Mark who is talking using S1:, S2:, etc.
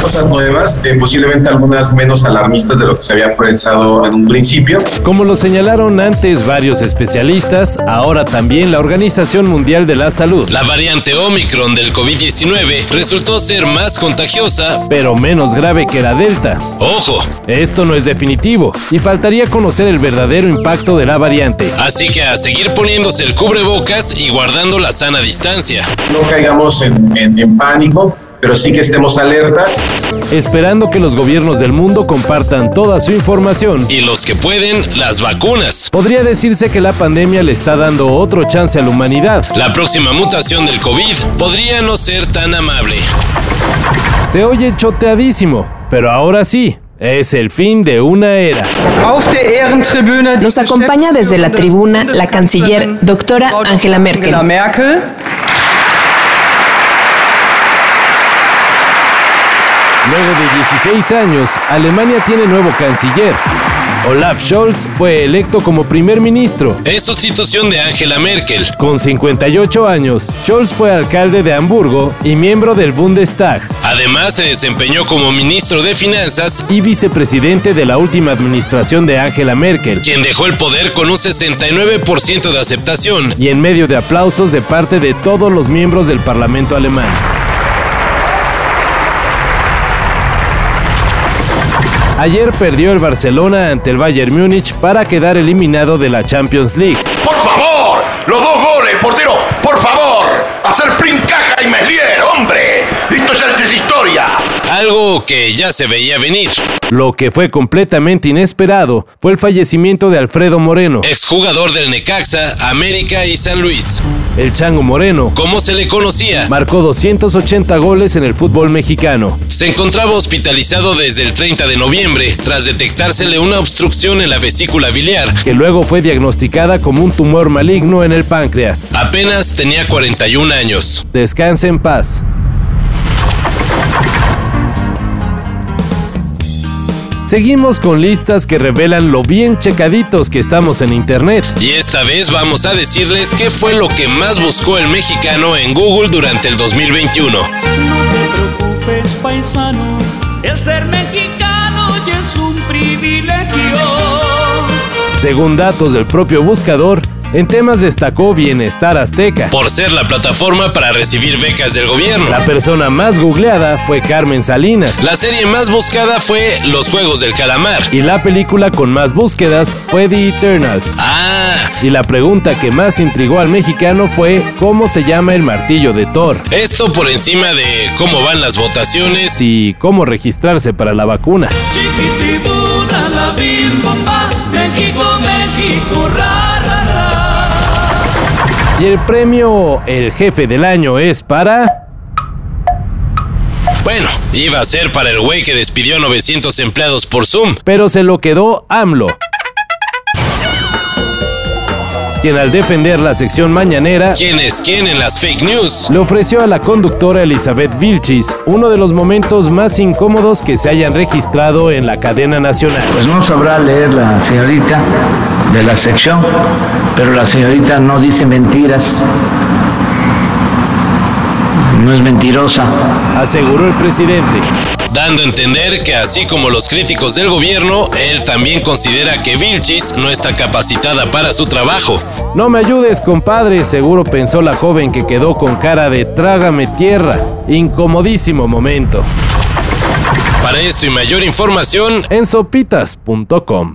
S1: Cosas nuevas, eh, posiblemente algunas menos alarmistas de lo que se había pensado en un principio.
S2: Como lo señalaron antes varios especialistas, ahora también la Organización Mundial de la Salud,
S3: La variante Omicron del COVID-19 resultó ser más contagiosa.
S2: pero menos grave que la Delta.
S3: Ojo,
S2: Esto no es definitivo y faltaría conocer el verdadero impacto de la variante.
S3: así que a seguir poniéndose el cubrebocas y guardando la sana distancia.
S1: No caigamos en, en- en pánico, pero sí que estemos alerta.
S2: Esperando que los gobiernos del mundo compartan toda su información,
S3: Y los que pueden, las vacunas.
S2: podría decirse que la pandemia le está dando otro chance a la humanidad.
S3: La próxima mutación del COVID podría no ser tan amable.
S2: Se oye choteadísimo, pero ahora sí, es el fin de una era.
S4: Auf der Ehrentribüne
S5: Nos acompaña desde la tribuna la canciller doctora Angela Merkel.
S4: Angela Merkel.
S2: Luego de 16 años, Alemania tiene nuevo canciller. Olaf Scholz fue electo como primer ministro.
S3: Es sustitución de Angela Merkel.
S2: Con 58 años, Scholz fue alcalde de Hamburgo y miembro del Bundestag
S3: Además, se desempeñó como ministro de Finanzas,
S2: y vicepresidente de la última administración de Angela Merkel.
S3: quien dejó el poder con un 69% de aceptación.
S2: Y en medio de aplausos de parte de todos los miembros del Parlamento alemán. Ayer perdió el Barcelona ante el Bayern Múnich para quedar eliminado de la Champions League.
S6: Por favor, los dos goles, portero, por favor, hacer Princaja y Meslier, hombre. Esto ya es historia.
S3: Algo que ya se veía venir.
S2: Lo que fue completamente inesperado fue el fallecimiento de Alfredo Moreno.
S3: Exjugador del Necaxa, América y San Luis.
S2: El Chango Moreno
S3: Como se le conocía,
S2: marcó 280 goles en el fútbol mexicano.
S3: se encontraba hospitalizado desde el 30 de noviembre tras detectársele una obstrucción en la vesícula biliar.
S2: que luego fue diagnosticada como un tumor maligno en el páncreas.
S3: Apenas tenía 41 años.
S2: Descanse en paz. Seguimos con listas que revelan lo bien checaditos que estamos en Internet.
S3: Y esta vez vamos a decirles qué fue lo que más buscó el mexicano en Google durante el 2021.
S7: preocupes, paisano, el ser mexicano ya es un privilegio.
S2: Según datos del propio buscador, en temas destacó Bienestar Azteca.
S3: Por ser la plataforma para recibir becas del gobierno.
S2: La persona más googleada fue Carmen Salinas.
S3: La serie más buscada fue Los Juegos del Calamar.
S2: Y la película con más búsquedas fue The Eternals.
S3: Ah,
S2: Y la pregunta que más intrigó al mexicano fue ¿cómo se llama el martillo de Thor?
S3: esto por encima de cómo van las votaciones.
S2: y cómo registrarse para la vacuna.
S7: Chiquitibuna, la vil mamá, México, México, ra, ra, ra.
S2: Y el premio El Jefe del Año es para...
S3: Bueno, iba a ser para el güey que despidió a 900 empleados por Zoom.
S2: Pero se lo quedó AMLO. Quien al defender la sección mañanera
S3: ¿Quién es quién en las fake news?
S2: le ofreció a la conductora Elizabeth Vilchis uno de los momentos más incómodos que se hayan registrado en la cadena nacional.
S8: Pues no sabrá leer la señorita de la sección, pero la señorita no dice mentiras, no es mentirosa.
S2: Aseguró el presidente.
S3: Dando a entender que así como los críticos del gobierno, él también considera que Vilchis no está capacitada para su trabajo.
S2: No me ayudes, compadre, seguro pensó la joven que quedó con cara de trágame tierra. Incomodísimo momento.
S3: Para esto y mayor información,
S2: En sopitas.com.